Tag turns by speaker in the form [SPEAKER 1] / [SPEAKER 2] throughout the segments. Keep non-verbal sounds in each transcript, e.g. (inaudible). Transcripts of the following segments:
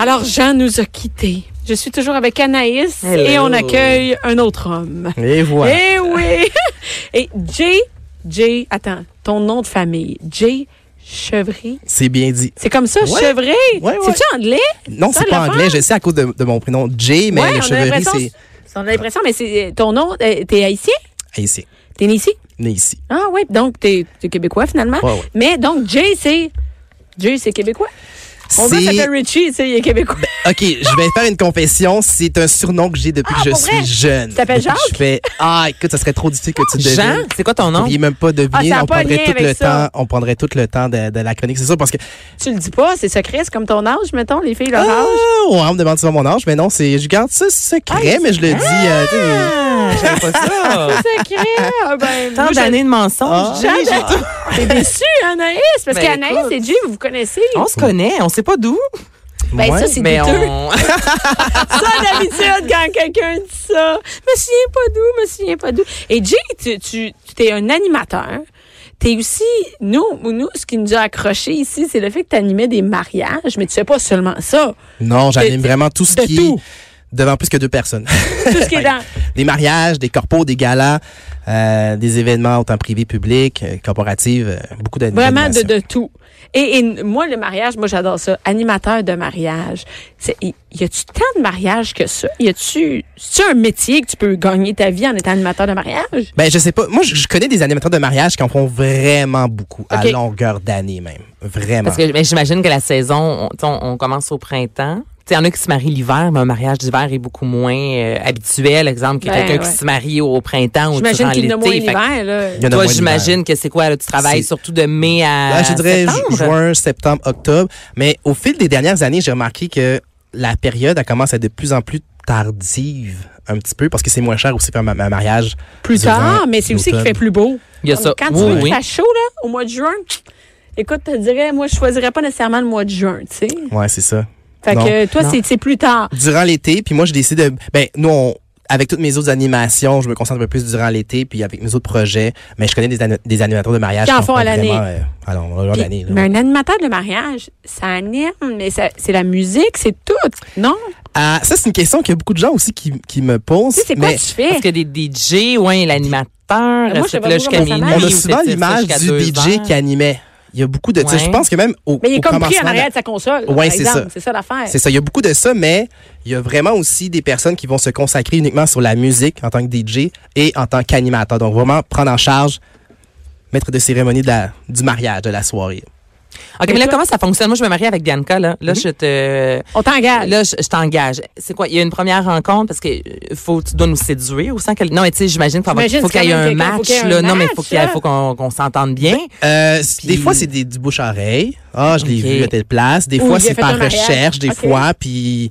[SPEAKER 1] Alors, Jean nous a quittés. Je suis toujours avec Anaïs
[SPEAKER 2] Hello.
[SPEAKER 1] et on accueille un autre homme.
[SPEAKER 2] Et voilà.
[SPEAKER 1] Eh oui! (laughs) et Jay, Jay, attends, ton nom de famille, Jay Chevry.
[SPEAKER 2] C'est bien dit.
[SPEAKER 1] C'est comme ça,
[SPEAKER 2] Ouais.
[SPEAKER 1] Chevry?
[SPEAKER 2] Ouais, ouais.
[SPEAKER 1] C'est-tu anglais?
[SPEAKER 2] Non,
[SPEAKER 1] Ça,
[SPEAKER 2] c'est pas
[SPEAKER 1] l'affaire?
[SPEAKER 2] anglais. Je sais à cause de, de mon prénom Jay, mais
[SPEAKER 1] Ouais,
[SPEAKER 2] le
[SPEAKER 1] on a
[SPEAKER 2] chevalier,
[SPEAKER 1] l'impression-
[SPEAKER 2] c'est
[SPEAKER 1] On a l'impression, mais c'est ton nom, euh, t'es haïtien?
[SPEAKER 2] haïtien.
[SPEAKER 1] T'es né ici?
[SPEAKER 2] Né ici.
[SPEAKER 1] Ah oui, donc t'es es québécois finalement.
[SPEAKER 2] Ouais, ouais.
[SPEAKER 1] Mais donc Jay, c'est Jay, c'est québécois. On voit
[SPEAKER 2] C'est-
[SPEAKER 1] ça s'appelle Richie, tu sais, il est québécois. (laughs)
[SPEAKER 2] OK, je vais faire une confession. C'est un surnom que j'ai depuis
[SPEAKER 1] Ah,
[SPEAKER 2] que je
[SPEAKER 1] pour
[SPEAKER 2] suis
[SPEAKER 1] vrai?
[SPEAKER 2] jeune.
[SPEAKER 1] Tu t'appelles Jacques?
[SPEAKER 2] Je fais Ah, écoute, ça serait trop difficile que tu devines.
[SPEAKER 3] Jean, c'est quoi ton
[SPEAKER 2] Vous
[SPEAKER 3] nom?
[SPEAKER 2] pourriez même pas deviner.
[SPEAKER 1] Ah, ça a
[SPEAKER 2] on
[SPEAKER 1] pas
[SPEAKER 2] prendrait
[SPEAKER 1] lien
[SPEAKER 2] tout
[SPEAKER 1] avec
[SPEAKER 2] le
[SPEAKER 1] ça.
[SPEAKER 2] temps. On prendrait tout le temps de, de la chronique, c'est sûr, parce que
[SPEAKER 1] tu le dis pas, c'est secret, c'est comme ton âge, mettons, les filles leur
[SPEAKER 2] Ah,
[SPEAKER 1] âge.
[SPEAKER 2] ouais, on me demande souvent mon âge, mais non, c'est je garde ça secret,
[SPEAKER 1] Ah,
[SPEAKER 2] mais je le dis. euh, tu sais,
[SPEAKER 3] Ah, j'aime pas ça.
[SPEAKER 1] Secret, ah ben,
[SPEAKER 3] (laughs) Tant
[SPEAKER 1] moi,
[SPEAKER 3] d'années de mensonges.
[SPEAKER 2] Ah.
[SPEAKER 3] Jean, j'ai-
[SPEAKER 1] je- T'es déçu, Anaïs, parce
[SPEAKER 3] Ben,
[SPEAKER 1] qu'Anaïs
[SPEAKER 3] écoute.
[SPEAKER 1] et Jay, vous vous connaissez.
[SPEAKER 3] On se connaît, on sait pas d'où.
[SPEAKER 1] Ben,
[SPEAKER 2] ouais.
[SPEAKER 1] ça, c'est
[SPEAKER 3] Mais
[SPEAKER 1] douteux. (laughs)
[SPEAKER 3] on.
[SPEAKER 1] Ça, d'habitude, quand quelqu'un dit ça, me souviens pas d'où, me souviens pas d'où. Et Jay, tu, tu, tu es un animateur. T'es aussi, nous, nous, ce qui nous a accrochés ici, c'est le fait que tu animais des mariages, mais tu fais pas seulement ça.
[SPEAKER 2] Non, j'anime
[SPEAKER 1] de-
[SPEAKER 2] vraiment tout ce
[SPEAKER 1] de
[SPEAKER 2] qui
[SPEAKER 1] tout.
[SPEAKER 2] est devant plus que deux personnes. (laughs)
[SPEAKER 1] Tout ce qui est dans.
[SPEAKER 2] des mariages, des corpos, des galas, euh, des événements autant privés, publics, euh, corporatifs, euh, beaucoup d'animations.
[SPEAKER 1] Vraiment de, de tout. Et, et moi, le mariage, moi, j'adore ça. Animateur de mariage. C'est- Y y a-tu tant de mariages que ça? Y a-tu. C'est un métier que tu peux gagner ta vie en étant animateur de mariage?
[SPEAKER 2] Ben, je sais pas. Moi, je je connais des animateurs de mariage qui en font vraiment beaucoup, à
[SPEAKER 1] Ok.
[SPEAKER 2] longueur d'année même. Vraiment.
[SPEAKER 3] Parce que mais j'imagine que la saison, on, tu sais, on- on commence au printemps. Il y en a qui se marient l'hiver, mais un mariage d'hiver est beaucoup moins euh, habituel, exemple, que
[SPEAKER 1] Ben,
[SPEAKER 3] quelqu'un
[SPEAKER 1] ouais.
[SPEAKER 3] qui se marie au printemps ou
[SPEAKER 1] J'imagine
[SPEAKER 3] durant
[SPEAKER 1] qu'il y en a moins
[SPEAKER 3] l'été. Fait que
[SPEAKER 1] l'hiver, là.
[SPEAKER 2] Il y en a
[SPEAKER 3] Toi,
[SPEAKER 2] moins l'hiver.
[SPEAKER 3] j'imagine que c'est quoi? là, tu travailles
[SPEAKER 2] C'est-
[SPEAKER 3] surtout de mai à
[SPEAKER 2] Ah, je dirais ju-
[SPEAKER 3] septembre?
[SPEAKER 2] juin, septembre, octobre. Mais au fil des dernières années, j'ai remarqué que la période, elle commence à être de plus en plus tardive un petit peu parce que c'est moins cher aussi faire ma- ma mariage.
[SPEAKER 1] Plus
[SPEAKER 2] durant
[SPEAKER 1] tard, mais c'est aussi qu'il
[SPEAKER 2] l'automne.
[SPEAKER 1] fait plus beau.
[SPEAKER 3] Il y a
[SPEAKER 1] Comme
[SPEAKER 3] ça.
[SPEAKER 1] Quand
[SPEAKER 3] Oui,
[SPEAKER 1] tu veux
[SPEAKER 3] oui.
[SPEAKER 1] que ça chaud, là, au mois de juin, écoute, te dirais, moi, je choisirais pas nécessairement le mois de juin, tu sais.
[SPEAKER 2] Ouais, c'est ça.
[SPEAKER 1] Fait
[SPEAKER 2] Non.
[SPEAKER 1] que toi,
[SPEAKER 3] Non.
[SPEAKER 1] c'est- c'est plus tard.
[SPEAKER 2] Durant l'été, puis moi, je décide de. Ben, nous, on- Avec toutes mes autres animations, je me concentre un peu plus durant l'été, puis avec mes autres projets. Mais je connais des, an- des animateurs de mariage
[SPEAKER 1] Qui en font à l'année. ben-
[SPEAKER 2] vraiment, euh, à l'en- à
[SPEAKER 1] Puis-
[SPEAKER 2] l'année, là.
[SPEAKER 1] mais un animateur de mariage, ça anime, mais ça- c'est la musique, c'est tout, non?
[SPEAKER 2] Ah, ça, c'est une question qu'il y a beaucoup de gens aussi qui, qui me posent.
[SPEAKER 1] Tu sais, c'est quoi
[SPEAKER 2] mais-
[SPEAKER 1] tu fais?
[SPEAKER 3] Parce que des DJ, ouais, l'animateur,
[SPEAKER 1] je sais
[SPEAKER 3] reste
[SPEAKER 1] pas
[SPEAKER 3] là
[SPEAKER 1] trop
[SPEAKER 3] jusqu'à
[SPEAKER 1] comment ça
[SPEAKER 3] minuit.
[SPEAKER 1] marche.
[SPEAKER 2] On
[SPEAKER 3] ou
[SPEAKER 2] a souvent
[SPEAKER 3] t'étires ça
[SPEAKER 2] l'image
[SPEAKER 3] jusqu'à
[SPEAKER 2] du
[SPEAKER 3] deux
[SPEAKER 2] DJ
[SPEAKER 3] heures.
[SPEAKER 2] qui animait. Il y a beaucoup de. tu sais,
[SPEAKER 3] Ouais.
[SPEAKER 2] Je pense que même au,
[SPEAKER 1] Mais il est
[SPEAKER 2] au
[SPEAKER 1] comme pris en
[SPEAKER 2] commencement de la-
[SPEAKER 1] arrière de sa console.
[SPEAKER 2] Ouais,
[SPEAKER 1] par
[SPEAKER 2] c'est
[SPEAKER 1] exemple.
[SPEAKER 2] ça.
[SPEAKER 1] C'est ça l'affaire.
[SPEAKER 2] C'est ça, il y a beaucoup de ça, mais il y a vraiment aussi des personnes qui vont se consacrer uniquement sur la musique en tant que DJ et en tant qu'animateur. Donc vraiment prendre en charge, maître de cérémonie de la- du mariage, de la soirée.
[SPEAKER 3] OK, mais
[SPEAKER 1] Mais
[SPEAKER 3] là,
[SPEAKER 1] toi-
[SPEAKER 3] comment ça fonctionne? Moi, je me marie avec Bianca, là.
[SPEAKER 1] Mhm.
[SPEAKER 3] Là, je te...
[SPEAKER 1] On t'engage.
[SPEAKER 3] Là, je, je t'engage. C'est quoi? Il y a une première rencontre parce que euh, faut, tu dois nous séduire ou sans que. Non, mais tu sais, j'imagine qu'il va-
[SPEAKER 1] J'imagine,
[SPEAKER 3] faut
[SPEAKER 1] c'est
[SPEAKER 3] qu'il y ait
[SPEAKER 1] quand
[SPEAKER 3] un
[SPEAKER 1] même quelqu'un, faut
[SPEAKER 3] match.
[SPEAKER 1] qu'il y ait un
[SPEAKER 3] là. Non, mais il faut
[SPEAKER 1] match,
[SPEAKER 3] qu'il y ait-
[SPEAKER 1] là. Ben.
[SPEAKER 3] faut qu'on qu'on s'entende bien.
[SPEAKER 2] Euh, c- Des
[SPEAKER 3] Puis-
[SPEAKER 2] fois, c'est des- du bouche-à-oreille. Ah, je l'ai
[SPEAKER 3] Ok.
[SPEAKER 2] vu à telle place. Des
[SPEAKER 1] Ou il
[SPEAKER 2] fois,
[SPEAKER 1] a
[SPEAKER 2] c'est
[SPEAKER 1] fait
[SPEAKER 2] par
[SPEAKER 1] un mariage.
[SPEAKER 2] recherche, des
[SPEAKER 1] Ok.
[SPEAKER 2] fois, puis...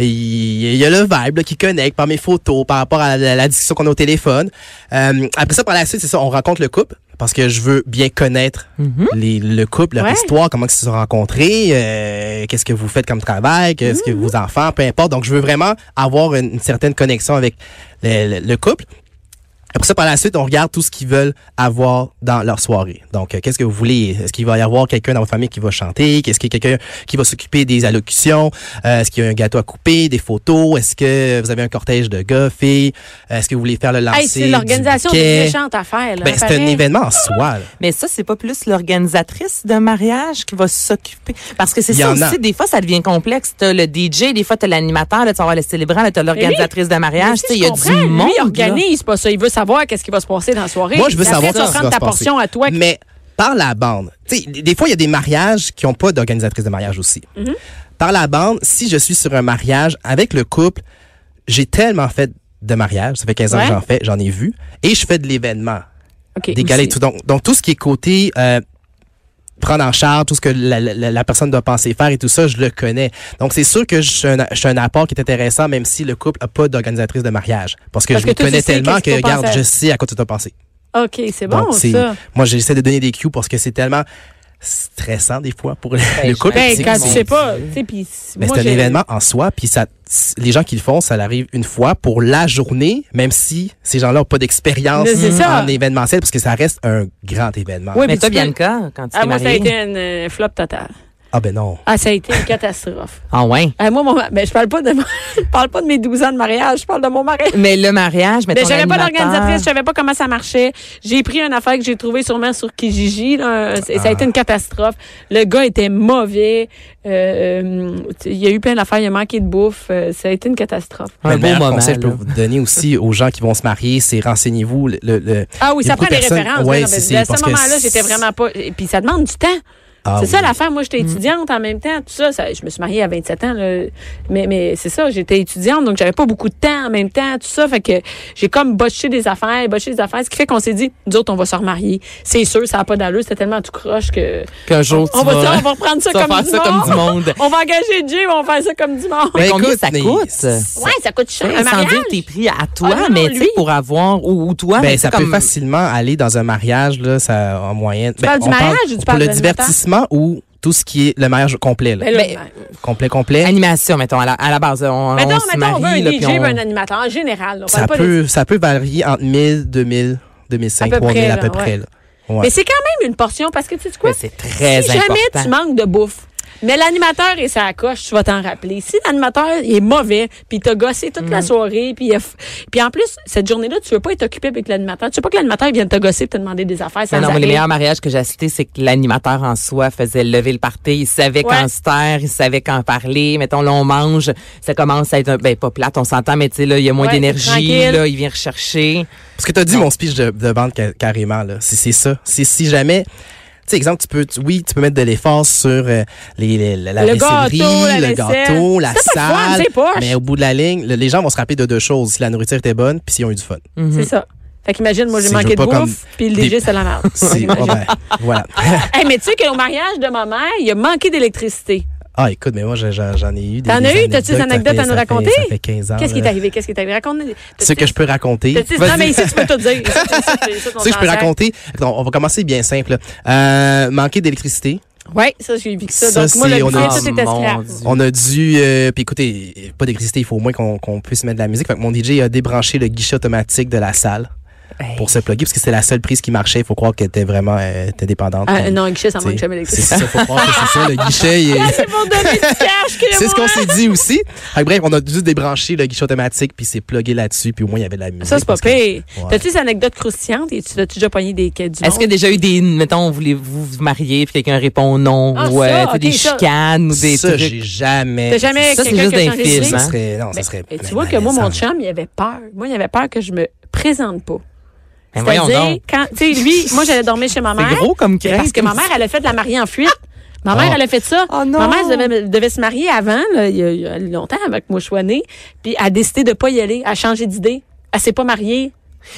[SPEAKER 2] et Il il y a le vibe là, qui connecte par mes photos, par rapport à la, la discussion qu'on a au téléphone. Euh, après ça, par la suite, c'est ça, on rencontre le couple parce que je veux bien connaître les- le couple, leur
[SPEAKER 1] Mhm. Ouais.
[SPEAKER 2] histoire, comment ils se sont rencontrés, euh, qu'est-ce que vous faites comme travail, qu'est-ce
[SPEAKER 1] Mhm.
[SPEAKER 2] que vos enfants, peu importe. Donc, je veux vraiment avoir une, une certaine connexion avec le- le- le couple. Après ça, par la suite, on regarde tout ce qu'ils veulent avoir dans leur soirée. Donc, euh, qu'est-ce que vous voulez? Est-ce qu'il va y avoir quelqu'un dans votre famille qui va chanter? Qu'est-ce qu'il y a quelqu'un qui va s'occuper des allocutions? Euh, Est-ce qu'il y a un gâteau à couper, des photos? Est-ce que vous avez un cortège de gars, filles? Euh, Est-ce que vous voulez faire le lancer
[SPEAKER 1] Hey, c'est l'organisation
[SPEAKER 2] du
[SPEAKER 1] d'une
[SPEAKER 2] bouquet?
[SPEAKER 1] méchante affaire. Là,
[SPEAKER 2] Ben, c'est un
[SPEAKER 1] pareil.
[SPEAKER 2] événement en soi. là.
[SPEAKER 3] Mais ça, c'est pas plus l'organisatrice d'un mariage qui va s'occuper. Parce que c'est
[SPEAKER 2] Il y
[SPEAKER 3] ça
[SPEAKER 2] en a.
[SPEAKER 3] aussi, des fois, ça devient complexe. T'as le DJ, des fois, t'as l'animateur, là, tu vas avoir le célébrant, là, t'as l'organisatrice de
[SPEAKER 1] Ben Mais
[SPEAKER 3] mariage.
[SPEAKER 1] si
[SPEAKER 3] Tu sais,
[SPEAKER 1] je
[SPEAKER 3] il y a
[SPEAKER 1] comprends,
[SPEAKER 3] du monde.
[SPEAKER 1] Lui, il
[SPEAKER 3] là.
[SPEAKER 1] organise pas ça. Il veut savoir qu'est-ce qui va se passer dans la soirée.
[SPEAKER 2] Moi, je veux
[SPEAKER 1] Puis après,
[SPEAKER 2] savoir
[SPEAKER 1] tu vas
[SPEAKER 2] ce qui
[SPEAKER 1] prendre
[SPEAKER 2] va
[SPEAKER 1] ta
[SPEAKER 2] se passer.
[SPEAKER 1] portion à toi.
[SPEAKER 2] Mais par la bande. Tu sais, des fois, il y a des mariages qui n'ont pas d'organisatrice de mariage aussi.
[SPEAKER 1] Mm-hmm.
[SPEAKER 2] Par la bande, si je suis sur un mariage avec le couple, j'ai tellement fait de mariage. Ça fait 15 ans
[SPEAKER 1] Ouais.
[SPEAKER 2] que j'en fais, j'en ai vu. Et je fais de l'événement.
[SPEAKER 1] OK.
[SPEAKER 2] Des galets et tout. Donc, donc, tout ce qui est côté euh, prendre en charge tout ce que la, la- la personne doit penser faire et tout ça, je le connais. Donc, c'est sûr que je suis un, je suis un apport qui est intéressant, même si le couple n'a pas d'organisatrice de mariage. Parce que
[SPEAKER 1] Parce
[SPEAKER 2] je
[SPEAKER 1] que
[SPEAKER 2] m'y
[SPEAKER 1] toi, tu
[SPEAKER 2] connais
[SPEAKER 1] sais qu'est-ce
[SPEAKER 2] tellement que,
[SPEAKER 1] qu'il faut
[SPEAKER 2] regarde,
[SPEAKER 1] penser.
[SPEAKER 2] je sais à quoi tu dois penser.
[SPEAKER 1] OK, c'est
[SPEAKER 2] Donc,
[SPEAKER 1] bon,
[SPEAKER 2] c'est-
[SPEAKER 1] ça.
[SPEAKER 2] Moi, j'essaie de donner des cues parce que c'est tellement stressant des fois pour le, le couple.
[SPEAKER 1] Ben,
[SPEAKER 2] C'est-
[SPEAKER 1] quand
[SPEAKER 2] c'est-
[SPEAKER 1] tu sais pas, tu sais, puis
[SPEAKER 2] mais
[SPEAKER 1] moi,
[SPEAKER 2] c'est un
[SPEAKER 1] j'ai-
[SPEAKER 2] événement en soi, puis ça, les gens qui le font, ça l'arrive une fois pour la journée, même si ces gens-là n'ont pas d'expérience
[SPEAKER 1] Mais c'est ça.
[SPEAKER 2] en événementiel, parce que ça reste un grand événement.
[SPEAKER 1] Oui,
[SPEAKER 3] Mais
[SPEAKER 1] puis
[SPEAKER 3] toi,
[SPEAKER 1] tu peux-
[SPEAKER 3] Bianca, quand tu
[SPEAKER 1] Ah,
[SPEAKER 3] t'es
[SPEAKER 1] moi, ça a
[SPEAKER 3] mariée.
[SPEAKER 1] été une euh, flop totale.
[SPEAKER 2] Ah ben non.
[SPEAKER 1] Ah, ça a été une catastrophe.
[SPEAKER 3] Ah ouais.
[SPEAKER 1] Ah, moi, mon, ma- ben, je parle pas de mon- (laughs) je parle pas de mes 12 ans de mariage, je parle de mon mariage.
[SPEAKER 3] Mais le mariage, mais
[SPEAKER 1] Mais
[SPEAKER 3] ton
[SPEAKER 1] Ben, j'avais pas
[SPEAKER 3] animateur-
[SPEAKER 1] d'organisatrice, je savais pas comment ça marchait. J'ai pris une affaire que j'ai trouvée sûrement sur Kijiji. Là, et
[SPEAKER 3] Ah.
[SPEAKER 1] ça a été une catastrophe. Le gars était mauvais. Euh, euh, il y a eu plein d'affaires, il a manqué de bouffe. Euh, ça a été une catastrophe.
[SPEAKER 3] Un
[SPEAKER 2] Ben, le
[SPEAKER 3] beau
[SPEAKER 2] meilleur
[SPEAKER 3] moment.
[SPEAKER 2] conseil que je
[SPEAKER 3] Ben, là.
[SPEAKER 2] peux vous donner aussi aux gens qui vont se marier, c'est renseignez-vous. Le, le- le-
[SPEAKER 1] Ah oui,
[SPEAKER 2] Il y a
[SPEAKER 1] ça prend
[SPEAKER 2] beaucoup de
[SPEAKER 1] des
[SPEAKER 2] personnes-
[SPEAKER 1] références.
[SPEAKER 2] ouais,
[SPEAKER 1] là,
[SPEAKER 2] c'est-
[SPEAKER 1] parce que
[SPEAKER 2] c'est
[SPEAKER 1] à
[SPEAKER 2] parce
[SPEAKER 1] ce
[SPEAKER 2] que
[SPEAKER 1] moment-là,
[SPEAKER 2] c'est-
[SPEAKER 1] j'étais vraiment pas. Et puis ça demande du temps.
[SPEAKER 2] Ah
[SPEAKER 1] c'est ça
[SPEAKER 2] oui.
[SPEAKER 1] l'affaire. Moi, j'étais
[SPEAKER 3] Mm.
[SPEAKER 1] étudiante en même temps, tout ça. ça- je me suis mariée à 27 ans, là. mais, mais c'est ça, j'étais étudiante, donc j'avais pas beaucoup de temps en même temps, tout ça. Fait que j'ai comme botché des affaires, botché des affaires. Ce qui fait qu'on s'est dit, nous autres, on va se remarier. C'est sûr, ça n'a pas d'allure. C'était tellement tout croche que.
[SPEAKER 3] Qu'un jour, tu
[SPEAKER 1] on, va,
[SPEAKER 3] vas-
[SPEAKER 1] dire, on va reprendre ça,
[SPEAKER 3] tu vas
[SPEAKER 1] comme,
[SPEAKER 3] faire
[SPEAKER 1] du
[SPEAKER 3] ça comme du monde.
[SPEAKER 1] on va engager Jay, on va faire ça comme du monde.
[SPEAKER 3] Mais
[SPEAKER 2] Ben,
[SPEAKER 3] combien
[SPEAKER 2] écoute,
[SPEAKER 3] ça
[SPEAKER 2] mais-
[SPEAKER 3] coûte?
[SPEAKER 1] Ouais, ça coûte cher.
[SPEAKER 3] Ouais,
[SPEAKER 1] un
[SPEAKER 3] sans
[SPEAKER 1] mariage.
[SPEAKER 3] dire tes prix à toi,
[SPEAKER 1] Ah non,
[SPEAKER 3] mais
[SPEAKER 1] lui.
[SPEAKER 3] tu sais, pour avoir, ou, ou
[SPEAKER 1] Ah,
[SPEAKER 3] toi, mais
[SPEAKER 2] Ben, ça
[SPEAKER 3] tu sais,
[SPEAKER 2] peut
[SPEAKER 3] comme-
[SPEAKER 2] facilement aller dans un mariage, là, ça, en moyenne. Tu
[SPEAKER 1] parles du mariage ou tu
[SPEAKER 2] Pour
[SPEAKER 1] parles
[SPEAKER 2] le
[SPEAKER 1] de l'animateur?
[SPEAKER 2] divertissement ou tout ce qui est le mariage complet, là.
[SPEAKER 1] Ben là,
[SPEAKER 3] Mais-
[SPEAKER 1] ben-
[SPEAKER 2] Complet, complet.
[SPEAKER 3] Animation, mettons, à la, à la base. On,
[SPEAKER 1] Mettons,
[SPEAKER 3] on se
[SPEAKER 1] mettons, on veut
[SPEAKER 3] marie,
[SPEAKER 1] un
[SPEAKER 3] là,
[SPEAKER 1] DJ,
[SPEAKER 3] puis on-
[SPEAKER 1] un animateur en général. là, on
[SPEAKER 2] ça
[SPEAKER 1] parle pas des-
[SPEAKER 2] peut, ça peut varier entre 1000, 2000, 2005,
[SPEAKER 1] À peu
[SPEAKER 2] 3000
[SPEAKER 1] près,
[SPEAKER 2] à peu
[SPEAKER 1] là,
[SPEAKER 2] près.
[SPEAKER 1] ouais.
[SPEAKER 2] là. Ouais.
[SPEAKER 1] Mais c'est quand même une portion parce que tu sais quoi?
[SPEAKER 3] Mais c'est très
[SPEAKER 1] si
[SPEAKER 3] important.
[SPEAKER 1] jamais tu manques de bouffe, mais l'animateur et sa coche, tu vas t'en rappeler. Si l'animateur il est mauvais, puis t'a gossé toute
[SPEAKER 2] Mm.
[SPEAKER 1] la soirée, puis il a f- puis en plus cette journée-là, tu veux pas être occupé avec l'animateur. Tu veux pas que l'animateur il vienne te gosser, puis te demander des affaires. sans
[SPEAKER 3] Non, non, moi, les
[SPEAKER 1] arrêt.
[SPEAKER 3] meilleurs mariages que j'ai assistés, c'est que l'animateur en soi faisait lever le party. Il savait quand
[SPEAKER 1] Ouais.
[SPEAKER 3] se taire, il savait quand parler. Mettons, là, on mange, ça commence à être un, ben, pas plate, on s'entend, mais tu sais, là, il y a moins
[SPEAKER 1] Ouais,
[SPEAKER 3] d'énergie,
[SPEAKER 1] tranquille.
[SPEAKER 3] là, il vient rechercher.
[SPEAKER 2] Parce que t'as dit mon speech de, de vente ca- carrément, là. C'est, c'est ça. C'est si jamais. Tu sais, exemple, tu peux, tu- oui, tu peux mettre de l'effort sur euh, les, les- la
[SPEAKER 1] Le
[SPEAKER 2] vaissellerie,
[SPEAKER 1] gâteau, la
[SPEAKER 2] le
[SPEAKER 1] vaisselle.
[SPEAKER 2] gâteau, la
[SPEAKER 1] C'est pas le fun,
[SPEAKER 2] salle.
[SPEAKER 1] c'est poche.
[SPEAKER 2] mais au bout de la ligne, le- les gens vont se rappeler de deux choses. Si la nourriture était bonne, puis s'ils ont eu du fun.
[SPEAKER 1] C'est ça. Fait qu'imagine, moi, j'ai
[SPEAKER 2] C'est-
[SPEAKER 1] manqué
[SPEAKER 2] mm. je veux
[SPEAKER 1] de
[SPEAKER 2] pas
[SPEAKER 1] bouffe,
[SPEAKER 2] comme
[SPEAKER 1] puis le
[SPEAKER 2] des-
[SPEAKER 1] DJ, c'est la
[SPEAKER 2] (laughs)
[SPEAKER 1] merde. (laughs)
[SPEAKER 2] C'est, oh, ben, voilà.
[SPEAKER 1] Hey, mais tu sais qu'au mariage de ma mère, il a manqué d'électricité.
[SPEAKER 2] Ah, écoute, mais moi, j'ai- j'en, j'en ai eu des
[SPEAKER 1] T'en
[SPEAKER 2] des
[SPEAKER 1] as eu? T'as-tu des
[SPEAKER 2] anecdotes,
[SPEAKER 1] anecdotes à
[SPEAKER 2] ça fait-
[SPEAKER 1] nous
[SPEAKER 2] ça fait-
[SPEAKER 1] raconter?
[SPEAKER 2] Ça fait 15 ans.
[SPEAKER 1] Qu'est-ce qui
[SPEAKER 2] là.
[SPEAKER 1] est arrivé? Qu'est-ce qui est arrivé? Raconte-nous.
[SPEAKER 2] Ce Ah, que je peux raconter.
[SPEAKER 1] T'as-tu- Non,
[SPEAKER 2] Vas-y.
[SPEAKER 1] mais ici, tu peux tout dire.
[SPEAKER 2] (laughs)
[SPEAKER 1] Ici, tu- ici, tu- ici, tu-
[SPEAKER 2] Ce que je peux
[SPEAKER 1] on s'en sert.
[SPEAKER 2] raconter, on, on va commencer bien simple. là. Euh, manquer d'électricité.
[SPEAKER 1] Oui, ça, j'ai vécu ça.
[SPEAKER 2] Ça,
[SPEAKER 1] Donc, moi,
[SPEAKER 2] c'est-
[SPEAKER 1] le
[SPEAKER 2] on
[SPEAKER 1] budget,
[SPEAKER 2] a-
[SPEAKER 1] tout était
[SPEAKER 3] Mon
[SPEAKER 1] scrap.
[SPEAKER 3] Dieu.
[SPEAKER 2] On a dû. euh, puis écoutez, pas d'électricité, il faut au moins qu'on qu'on puisse mettre de la musique. Fait que mon DJ a débranché le guichet automatique de la salle
[SPEAKER 3] Hey.
[SPEAKER 2] pour se plugger, parce que c'était la seule prise qui marchait. Il faut croire qu'elle était vraiment euh, était dépendante.
[SPEAKER 1] Ah,
[SPEAKER 2] Puis,
[SPEAKER 1] non, un guichet, ça
[SPEAKER 2] tu sais,
[SPEAKER 1] manque jamais
[SPEAKER 2] C'est
[SPEAKER 1] d'électricité.
[SPEAKER 2] ça, faut croire que c'est ça, le guichet. il est-
[SPEAKER 1] Ah, C'est pour
[SPEAKER 2] (laughs)
[SPEAKER 1] donner du cash,
[SPEAKER 2] C'est ce qu'on
[SPEAKER 1] crée-moi.
[SPEAKER 2] s'est dit aussi. Fait que bref, on a dû débrancher le guichet automatique, puis c'est plugué là-dessus, puis au moins il y avait de la musique.
[SPEAKER 1] Ça, c'est pas
[SPEAKER 2] parce que-
[SPEAKER 1] pire.
[SPEAKER 2] Ouais.
[SPEAKER 1] T'as-tu des anecdotes croustillantes et tu t'as-tu déjà pogné des quêtes du
[SPEAKER 3] Est-ce qu'il y a
[SPEAKER 1] monde?
[SPEAKER 3] déjà eu des, mettons, voulez-vous vous marier, puis quelqu'un répond non,
[SPEAKER 1] Ah,
[SPEAKER 3] ou
[SPEAKER 1] ça,
[SPEAKER 3] euh, tu sais, des
[SPEAKER 1] ok, ça.
[SPEAKER 3] chicanes, ou des
[SPEAKER 2] Ça,
[SPEAKER 3] trucs.
[SPEAKER 2] j'ai jamais.
[SPEAKER 1] T'as jamais
[SPEAKER 3] Ça, c'est
[SPEAKER 1] quelqu'un
[SPEAKER 3] juste
[SPEAKER 1] qui a
[SPEAKER 3] d'un
[SPEAKER 1] changé de
[SPEAKER 3] film,
[SPEAKER 1] idée?
[SPEAKER 2] Ça
[SPEAKER 3] hein?
[SPEAKER 2] serait. Non, ça serait.
[SPEAKER 1] Et tu vois que moi, mon
[SPEAKER 2] hein.
[SPEAKER 1] chum, il avait peur. Moi, il avait peur que je me présente pas.
[SPEAKER 3] Ben, voyons
[SPEAKER 1] C'est-à-dire,
[SPEAKER 3] donc.
[SPEAKER 1] quand, tu sais, lui, moi, j'allais dormir chez ma
[SPEAKER 3] C'est
[SPEAKER 1] mère.
[SPEAKER 3] gros comme
[SPEAKER 1] Mais
[SPEAKER 3] crainte,
[SPEAKER 1] Parce que
[SPEAKER 3] comme
[SPEAKER 1] ma mère, elle a fait de la mariée en fuite. Ma
[SPEAKER 2] Oh.
[SPEAKER 1] mère, elle a fait ça.
[SPEAKER 3] Ah! Oh non.
[SPEAKER 1] ma mère elle devait, devait se marier avant, là, il, y a, il y a longtemps, avec moi, je suis née. Puis elle a décidé de pas y aller. Elle a changé d'idée. Elle s'est pas mariée.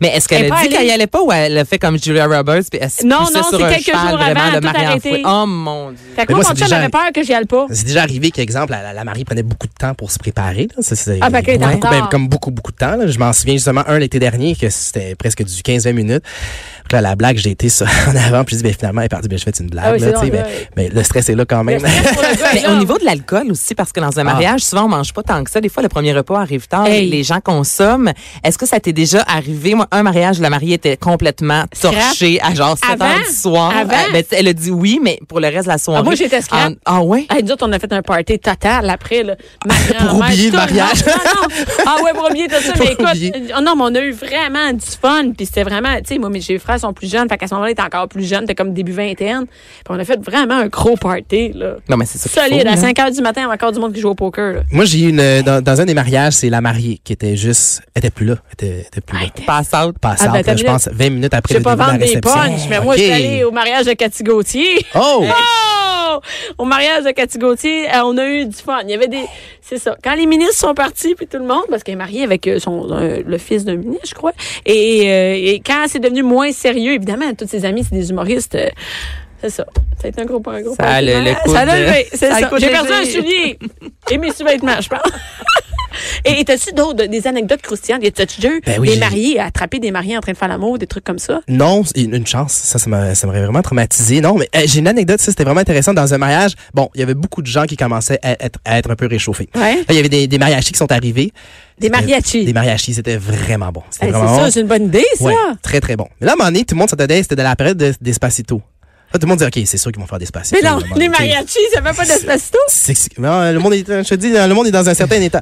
[SPEAKER 3] Mais est-ce qu'elle
[SPEAKER 1] Elle est
[SPEAKER 3] a
[SPEAKER 1] pas
[SPEAKER 3] dit qu'elle
[SPEAKER 1] allée.
[SPEAKER 3] y allait pas ou elle a fait comme Julia Roberts puis elle s'est
[SPEAKER 1] Non,
[SPEAKER 3] poussée
[SPEAKER 1] non,
[SPEAKER 3] sur
[SPEAKER 1] c'est
[SPEAKER 3] un
[SPEAKER 1] quelques
[SPEAKER 3] cheval,
[SPEAKER 1] jours
[SPEAKER 3] vraiment
[SPEAKER 1] avant,
[SPEAKER 3] le
[SPEAKER 1] tout
[SPEAKER 3] mari en
[SPEAKER 1] arrêté.
[SPEAKER 3] fouet. Oh mon dieu.
[SPEAKER 1] Fait que moi,
[SPEAKER 2] Mais moi,
[SPEAKER 1] mon
[SPEAKER 2] c'est
[SPEAKER 1] chum
[SPEAKER 2] déjà-
[SPEAKER 1] avait peur que j'y aille
[SPEAKER 2] (laughs)
[SPEAKER 1] pas.
[SPEAKER 2] C'est déjà arrivé qu'exemple, la, la- la mariée prenait beaucoup de temps pour se préparer. là. Ça, c'est-
[SPEAKER 1] Ah, ben, qu'elle était en
[SPEAKER 2] beaucoup, ben,
[SPEAKER 1] retard.
[SPEAKER 2] comme beaucoup, beaucoup de temps. là. Je m'en souviens justement un l'été dernier que c'était presque du 15-20 minutes. Puis là, la blague, j'ai été ça (laughs) en avant, puis j'ai dit, ben, finalement, elle est partie, ben, je fais une blague.
[SPEAKER 1] Ah oui,
[SPEAKER 2] là,
[SPEAKER 1] c'est
[SPEAKER 2] tu sais,
[SPEAKER 1] drôle,
[SPEAKER 2] ben,
[SPEAKER 1] ouais.
[SPEAKER 2] ben, le stress est là quand même.
[SPEAKER 3] Mais au niveau de l'alcool aussi, parce que dans un mariage, souvent, on mange pas tant que ça. Des fois, le premier repas arrive tard et
[SPEAKER 1] Hey.
[SPEAKER 3] les gens consomment. Est-ce que ça t'est déjà arrivé? Moi, un mariage, la mariée était complètement
[SPEAKER 1] Scrap.
[SPEAKER 3] torchée à genre 7
[SPEAKER 1] Avant?
[SPEAKER 3] heures du soir.
[SPEAKER 1] Avant?
[SPEAKER 3] Euh, ben, elle a dit oui, mais pour le reste de la soirée.
[SPEAKER 1] Ah, moi, j'étais scrap.
[SPEAKER 3] En- Ah, ouais?
[SPEAKER 1] Hey, nous autres, on a fait un party total après. Là. Ma
[SPEAKER 2] (laughs) Pour
[SPEAKER 1] grand-mère,
[SPEAKER 2] oublier le
[SPEAKER 1] tout
[SPEAKER 2] mariage.
[SPEAKER 1] monde. Non, non. Ah ouais, pour oublier tout ça.
[SPEAKER 2] (laughs) Pour
[SPEAKER 1] Mais écoute,
[SPEAKER 2] oublier.
[SPEAKER 1] euh, non, mais on a eu vraiment du fun. Puis c'était vraiment, tu sais, moi, mes mes frères sont plus jeunes. Fait qu'à ce moment-là, ils étaient encore plus jeunes. C'était comme début vingtaine. Puis on a fait vraiment un gros party. Là.
[SPEAKER 3] Non, mais c'est ça. qu'il
[SPEAKER 1] Solide.
[SPEAKER 3] faut,
[SPEAKER 1] à
[SPEAKER 3] là.
[SPEAKER 1] 5 heures du matin, il y avait encore du monde qui joue au poker. Là.
[SPEAKER 2] Moi, j'ai eu une, euh, dans, dans un des mariages, c'est la mariée qui était juste, elle était plus là, elle était, elle était plus là.
[SPEAKER 3] Pass out.
[SPEAKER 2] Passe
[SPEAKER 1] Ah, ben,
[SPEAKER 2] out, là,
[SPEAKER 1] t'as
[SPEAKER 2] je
[SPEAKER 1] mis-
[SPEAKER 2] pense, 20 minutes après
[SPEAKER 1] Je vais
[SPEAKER 2] le
[SPEAKER 1] pas
[SPEAKER 2] début de la
[SPEAKER 1] vendre des
[SPEAKER 2] réception.
[SPEAKER 1] punches, mais moi,
[SPEAKER 2] OK.
[SPEAKER 1] je suis allée au mariage de Cathy Gauthier.
[SPEAKER 2] Oh!
[SPEAKER 1] Oh! Au mariage de Cathy Gauthier, euh, on a eu du fun. Il y avait des. C'est ça. Quand les ministres sont partis, puis tout le monde, parce qu'elle est mariée avec euh, son, euh, le fils d'un ministre, je crois. Et, euh, et quand c'est devenu moins sérieux, évidemment, tous ses amis, c'est des humoristes. euh, C'est ça. Ça a été un gros point, un gros
[SPEAKER 3] Ça a le-
[SPEAKER 1] compliment.
[SPEAKER 3] le coude-
[SPEAKER 1] Ça a levé, c'est
[SPEAKER 3] ça a le
[SPEAKER 1] ça.
[SPEAKER 3] coude
[SPEAKER 1] J'ai
[SPEAKER 3] léger.
[SPEAKER 1] perdu un soulier et mes sous-vêtements, je pense. (laughs) Et et t'as-tu d'autres, des anecdotes croustillantes? Y a-tu déjà eu
[SPEAKER 2] Ben oui,
[SPEAKER 1] des
[SPEAKER 2] j'ai-
[SPEAKER 1] mariés, attraper des mariés en train de faire l'amour, des trucs comme ça?
[SPEAKER 2] Non, c'est une une chance. Ça, ça m'a- ça m'aurait vraiment traumatisé. Non, mais euh, j'ai une anecdote, ça, c'était vraiment intéressant. Dans un mariage, bon, il y avait beaucoup de gens qui commençaient à être, à être un peu réchauffés.
[SPEAKER 1] Ouais.
[SPEAKER 2] Là, il y avait des, des mariachis qui sont arrivés.
[SPEAKER 1] Des mariachis.
[SPEAKER 2] Euh, Des mariachis, c'était vraiment bon. C'était
[SPEAKER 1] Hey, c'est
[SPEAKER 2] vraiment bon.
[SPEAKER 1] ça, c'est une bonne idée, ça.
[SPEAKER 2] Ouais, très, très bon. Mais là, à un moment donné, tout le monde s'attendait, c'était dans la période de- d'Espacito. Là, tout le monde dit, OK, c'est sûr qu'ils vont faire d'Espacito.
[SPEAKER 1] Mais
[SPEAKER 2] à un
[SPEAKER 1] non,
[SPEAKER 2] moment
[SPEAKER 1] les
[SPEAKER 2] donné, tu sais.
[SPEAKER 1] mariachis, ça fait pas d'espacito.
[SPEAKER 2] C'est- c'est- non, le monde est, je te dis, le monde est dans un certain état.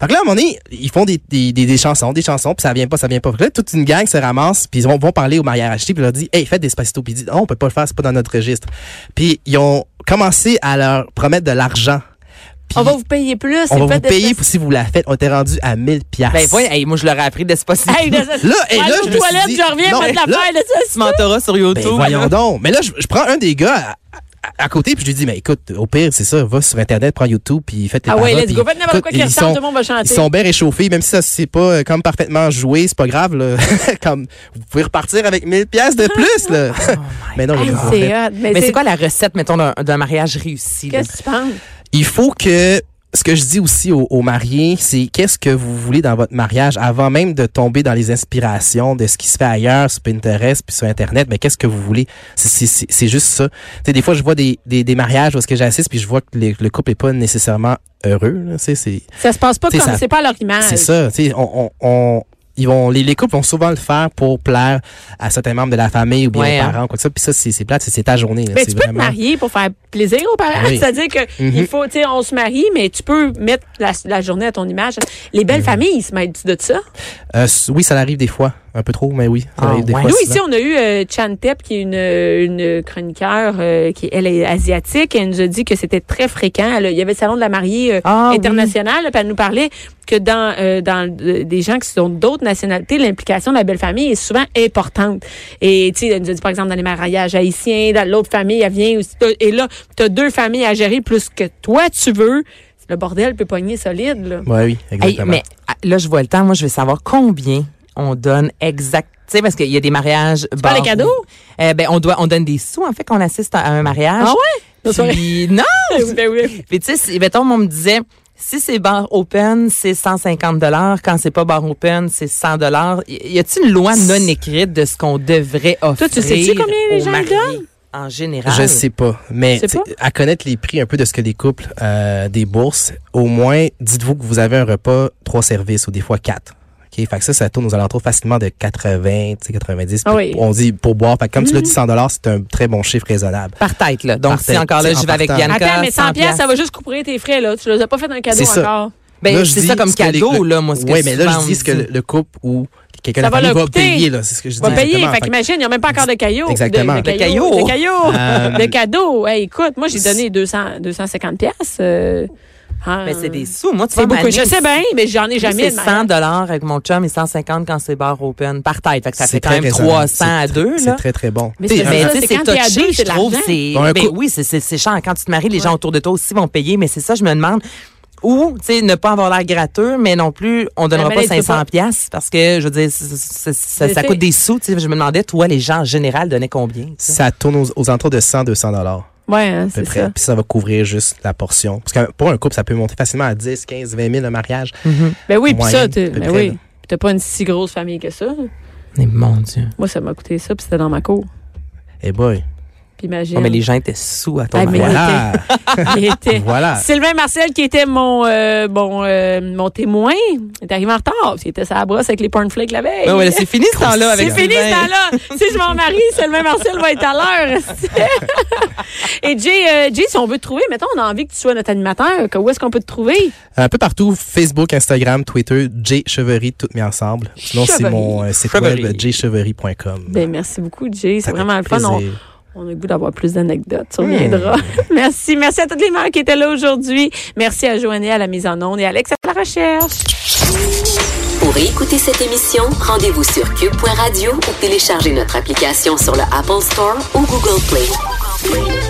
[SPEAKER 2] Fait que là, à un moment donné, ils font des, des, des, des chansons, des chansons, puis ça vient pas, ça vient pas. Fait que là, toute une gang se ramasse, puis ils vont, vont parler au mariage puis ils leur disent, hey, faites des spacitos, puis ils disent, non, on peut pas le faire, c'est pas dans notre registre. Puis ils ont commencé à leur promettre de l'argent. Puis
[SPEAKER 1] On va vous payer plus.
[SPEAKER 2] on
[SPEAKER 1] c'est
[SPEAKER 2] va
[SPEAKER 1] pas
[SPEAKER 2] vous payer
[SPEAKER 1] d'espacito.
[SPEAKER 2] pour- si vous la faites. On était rendu à 1000 piastres.
[SPEAKER 3] Ben, voyons, hey, moi, je leur ai appris d'Espacito.
[SPEAKER 1] Hey, de-
[SPEAKER 2] Là, et
[SPEAKER 1] Ouais,
[SPEAKER 2] là, je me suis
[SPEAKER 1] toilette,
[SPEAKER 2] dit-
[SPEAKER 1] je reviens,
[SPEAKER 2] Non,
[SPEAKER 1] pas de
[SPEAKER 2] là-
[SPEAKER 1] la paille, là,
[SPEAKER 3] (laughs) tu mentoras sur YouTube.
[SPEAKER 2] Ben, voyons donc. Mais là, je, je prends un des gars à, à- à côté, puis je lui dis, mais écoute, au pire, c'est ça, va sur Internet, prends YouTube, puis faites tes
[SPEAKER 1] Ah ouais,
[SPEAKER 2] paroles,
[SPEAKER 1] let's
[SPEAKER 2] puis
[SPEAKER 1] go. Faites n'importe quoi
[SPEAKER 2] écoute,
[SPEAKER 1] qui
[SPEAKER 2] ils
[SPEAKER 1] ressemble,
[SPEAKER 2] sont-
[SPEAKER 1] tout le monde va chanter.
[SPEAKER 2] Ils sont bien réchauffés, même si ça c'est pas euh, comme parfaitement joué, c'est pas grave. Là. (laughs) comme, vous pouvez repartir avec 1000 pièces de plus. Là. (laughs) mais non,
[SPEAKER 1] Hey,
[SPEAKER 2] les gars, en fait,
[SPEAKER 1] c'est hot.
[SPEAKER 3] Mais c'est quoi la recette, mettons, d'un d'un mariage réussi? là?
[SPEAKER 1] Qu'est-ce que tu penses?
[SPEAKER 2] il faut que ce que je dis aussi aux, aux mariés, c'est qu'est-ce que vous voulez dans votre mariage avant même de tomber dans les inspirations de ce qui se fait ailleurs sur Pinterest puis sur Internet. Mais qu'est-ce que vous voulez C'est- C'est c'est- c'est juste ça. Tu sais, des fois, je vois des, des, des mariages où est-ce que j'assiste puis je vois que les- le couple est pas nécessairement heureux. là. Tu sais, C'est
[SPEAKER 1] Ça se passe pas
[SPEAKER 2] T'sais,
[SPEAKER 1] comme.
[SPEAKER 2] ça-
[SPEAKER 1] C'est pas à leur image.
[SPEAKER 2] C'est ça. tu sais, on, on, on- ils vont, les, les couples vont souvent le faire pour plaire à certains membres de la famille ou bien
[SPEAKER 3] Ouais,
[SPEAKER 2] aux
[SPEAKER 3] hein.
[SPEAKER 2] parents, quoi que ça. Puis ça, c'est c'est plate, c'est- c'est ta journée. là.
[SPEAKER 1] Ben,
[SPEAKER 2] C'est
[SPEAKER 1] tu peux
[SPEAKER 2] vraiment-
[SPEAKER 1] te marier pour faire plaisir aux parents.
[SPEAKER 2] Oui. Mhm.
[SPEAKER 1] C'est-à-dire que il faut, tu sais, on se marie, mais tu peux mettre la, la journée à ton image. Les
[SPEAKER 2] Mhm.
[SPEAKER 1] belles familles, ils se mettent de ça.
[SPEAKER 2] Euh, s- oui, ça arrive des fois. Un peu trop, mais oui. Ça
[SPEAKER 3] Ah,
[SPEAKER 2] arrive des
[SPEAKER 3] ouais.
[SPEAKER 2] fois.
[SPEAKER 3] Pas
[SPEAKER 1] Nous,
[SPEAKER 2] souvent.
[SPEAKER 1] ici, on a eu euh, Chan Tep, qui est une, euh, une chroniqueur euh, qui elle est asiatique. Elle nous a dit que c'était très fréquent. Elle- il y avait le salon de la mariée euh,
[SPEAKER 3] Ah, oui.
[SPEAKER 1] international. Puis elle nous parlait que dans, euh, dans euh, des gens qui sont d'autres nationalités, l'implication de la belle famille est souvent importante. Et tu sais, elle nous a dit, par exemple, dans les mariages haïtiens, dans l'autre famille, elle vient aussi. T'as- Et là, tu as deux familles à gérer plus que toi, tu veux. Le bordel peut pogner solide. Là.
[SPEAKER 2] Ouais, oui,
[SPEAKER 3] Hey,
[SPEAKER 2] exactement.
[SPEAKER 3] mais ah, là, je vois le temps. Moi, je veux savoir combien on donne exact. Tu sais, parce qu'il y a des mariages. Tu
[SPEAKER 1] parles de cadeaux?
[SPEAKER 3] ben, on, doit, on donne des sous, en fait, quand on assiste à un mariage.
[SPEAKER 1] Ah ouais? (laughs)
[SPEAKER 3] Puis, non!
[SPEAKER 1] Ben oui.
[SPEAKER 3] Puis, tu sais, si- mettons, on me disait, si c'est bar open, c'est 150 Quand c'est pas bar open, c'est 100 Y y a-t-il une loi non écrite de ce qu'on devrait offrir?
[SPEAKER 1] tu sais-tu combien les
[SPEAKER 3] aux
[SPEAKER 1] gens
[SPEAKER 3] mariés
[SPEAKER 1] donnent?
[SPEAKER 3] En général.
[SPEAKER 2] Je sais pas, mais
[SPEAKER 1] Tu sais
[SPEAKER 2] t'sais, à connaître les prix un peu de ce que les couples euh, déboursent, au moins, dites-vous que vous avez un repas, trois services ou des fois quatre. OK? Fait que ça, ça tourne aux alentours facilement de 80, t'sais, 90.
[SPEAKER 1] Ah
[SPEAKER 2] Puis
[SPEAKER 1] oui. Mm-hmm.
[SPEAKER 2] On dit pour boire. Fait que comme tu l'as dit, 100 c'est un très bon chiffre raisonnable.
[SPEAKER 3] Par tête, là. Donc,
[SPEAKER 2] Par
[SPEAKER 3] si
[SPEAKER 2] tête,
[SPEAKER 3] encore là,
[SPEAKER 2] tu sais,
[SPEAKER 3] je
[SPEAKER 2] en
[SPEAKER 3] vais avec
[SPEAKER 2] partant.
[SPEAKER 3] Bianca.
[SPEAKER 1] Attends, mais 100
[SPEAKER 3] piastres,
[SPEAKER 1] pièces, ça va juste couvrir tes frais. là. Tu ne les as pas fait un cadeau
[SPEAKER 2] C'est ça.
[SPEAKER 1] encore.
[SPEAKER 3] Ben,
[SPEAKER 2] Là, je
[SPEAKER 3] c'est
[SPEAKER 2] dis
[SPEAKER 3] ça comme
[SPEAKER 2] ce que les-
[SPEAKER 3] cadeau,
[SPEAKER 2] le-
[SPEAKER 3] là, moi, ce que
[SPEAKER 2] Oui, mais là,
[SPEAKER 3] souvent
[SPEAKER 2] je
[SPEAKER 3] on
[SPEAKER 2] dis ce que
[SPEAKER 3] dit.
[SPEAKER 2] le, le couple ou quelqu'un de
[SPEAKER 1] Ça
[SPEAKER 2] la
[SPEAKER 1] va
[SPEAKER 2] famille
[SPEAKER 1] leur
[SPEAKER 2] va
[SPEAKER 1] coûter.
[SPEAKER 2] payer. là, C'est ce que je dis.
[SPEAKER 1] va payer.
[SPEAKER 2] exactement.
[SPEAKER 1] Fait
[SPEAKER 2] Fait que-
[SPEAKER 1] qu'imagine, il n'y a même pas encore de cailloux.
[SPEAKER 2] Exactement.
[SPEAKER 1] De,
[SPEAKER 2] De
[SPEAKER 1] caillots. De caillots. (laughs)
[SPEAKER 2] Euh,
[SPEAKER 1] De cadeaux. Hey, écoute, moi, j'ai donné 200, 250 pièces.
[SPEAKER 3] Mais Ben, c'est des sous. Moi, tu
[SPEAKER 1] C'est
[SPEAKER 3] vois, ma
[SPEAKER 1] euh, beaucoup. Je
[SPEAKER 3] nièce,
[SPEAKER 1] sais bien, mais j'en ai
[SPEAKER 3] Moi,
[SPEAKER 1] jamais. de
[SPEAKER 3] C'est
[SPEAKER 1] ma-
[SPEAKER 3] 100 dollars avec mon chum et 150 quand c'est bar open par tête. Fait que ça
[SPEAKER 2] c'est
[SPEAKER 3] fait quand
[SPEAKER 2] très
[SPEAKER 3] même
[SPEAKER 2] raisonnable.
[SPEAKER 3] 300 à
[SPEAKER 2] C'est-
[SPEAKER 3] deux
[SPEAKER 2] C'est
[SPEAKER 3] là.
[SPEAKER 2] très, très bon.
[SPEAKER 1] Mais
[SPEAKER 2] T'sais,
[SPEAKER 1] c'est
[SPEAKER 2] un-
[SPEAKER 1] vrai.
[SPEAKER 3] Mais
[SPEAKER 1] ça,
[SPEAKER 3] Ben, tu
[SPEAKER 1] c'est
[SPEAKER 3] sais, c'est
[SPEAKER 1] quand t'es à deux,
[SPEAKER 3] touché, je
[SPEAKER 1] c'est de
[SPEAKER 3] trouve.
[SPEAKER 1] l'argent.
[SPEAKER 3] C'est
[SPEAKER 2] Bon, un
[SPEAKER 3] ben
[SPEAKER 2] coup-
[SPEAKER 3] oui, c'est c'est c'est chiant. Quand tu te maries, les gens autour de toi aussi vont payer, mais c'est ça, je me demande. Ou, tu sais, ne pas avoir l'air gratteux, mais non plus, on donnera
[SPEAKER 1] Mais
[SPEAKER 3] pas
[SPEAKER 1] là, tu peux
[SPEAKER 3] 500
[SPEAKER 1] pas-
[SPEAKER 3] piastres parce que, je veux dire, c'est- c'est- c'est-
[SPEAKER 1] Mais
[SPEAKER 3] ça
[SPEAKER 1] c'est-
[SPEAKER 3] coûte des sous. Tu sais, je me demandais, toi, les gens en général donnaient combien? tu sais?
[SPEAKER 2] Ça tourne aux, aux alentours de 100, 200 dollars.
[SPEAKER 1] Ouais, hein,
[SPEAKER 2] à peu
[SPEAKER 1] c'est
[SPEAKER 2] près.
[SPEAKER 1] ça.
[SPEAKER 2] Puis ça va couvrir juste la portion. Parce que pour un couple, ça peut monter facilement à 10, 15, 20 000 le mariage.
[SPEAKER 1] Ben oui, puis ça,
[SPEAKER 2] Moyenne,
[SPEAKER 1] t'es-
[SPEAKER 2] à peu
[SPEAKER 1] ben
[SPEAKER 2] près,
[SPEAKER 1] oui.
[SPEAKER 2] là.
[SPEAKER 1] Puis T'as pas une si grosse famille que ça.
[SPEAKER 3] Mais mon Dieu.
[SPEAKER 1] Moi, ça m'a coûté ça, puis c'était dans ma cour.
[SPEAKER 2] Eh boy.
[SPEAKER 1] Puis imagine.
[SPEAKER 3] Oh,
[SPEAKER 1] (laughs)
[SPEAKER 3] mais les gens étaient sous à ton
[SPEAKER 1] Ah, mais-
[SPEAKER 3] mariage.
[SPEAKER 1] (laughs)
[SPEAKER 2] Voilà.
[SPEAKER 1] Il était-
[SPEAKER 2] (laughs) voilà.
[SPEAKER 1] Sylvain Marcel, qui était mon, euh, bon, euh, mon témoin, est arrivé en retard. Il était sa brosse avec les pornflakes la veille.
[SPEAKER 3] Ouais, ouais, là, c'est fini ce temps-là avec
[SPEAKER 1] C'est fini
[SPEAKER 3] Sylvain.
[SPEAKER 1] ce temps-là.
[SPEAKER 3] (laughs)
[SPEAKER 1] si je m'en marie, seulement Marcel va être à l'heure. (laughs) Et Jay, euh, Jay, si on veut te trouver, mettons, on a envie que tu sois notre animateur. que- Où est-ce qu'on peut te trouver?
[SPEAKER 2] Un peu partout, Facebook, Instagram, Twitter, J Chevery, toutes mis ensemble. Sinon, c'est
[SPEAKER 1] Chevery.
[SPEAKER 2] mon euh, site
[SPEAKER 3] Chevery.
[SPEAKER 2] web, jchevery.com.
[SPEAKER 1] Ben, merci beaucoup, Jay.
[SPEAKER 2] Ça
[SPEAKER 1] C'est
[SPEAKER 2] fait
[SPEAKER 1] vraiment le fun. On,
[SPEAKER 2] plaisir. Hmm.
[SPEAKER 1] on a le goût d'avoir plus d'anecdotes. Tu reviendras. (laughs) merci. Merci à toutes les mères qui étaient là aujourd'hui. Merci à Joanie à la mise en onde et Alex à la recherche.
[SPEAKER 4] Pour écouter cette émission, rendez-vous sur cube.radio ou téléchargez notre application sur le Apple Store ou Google Play.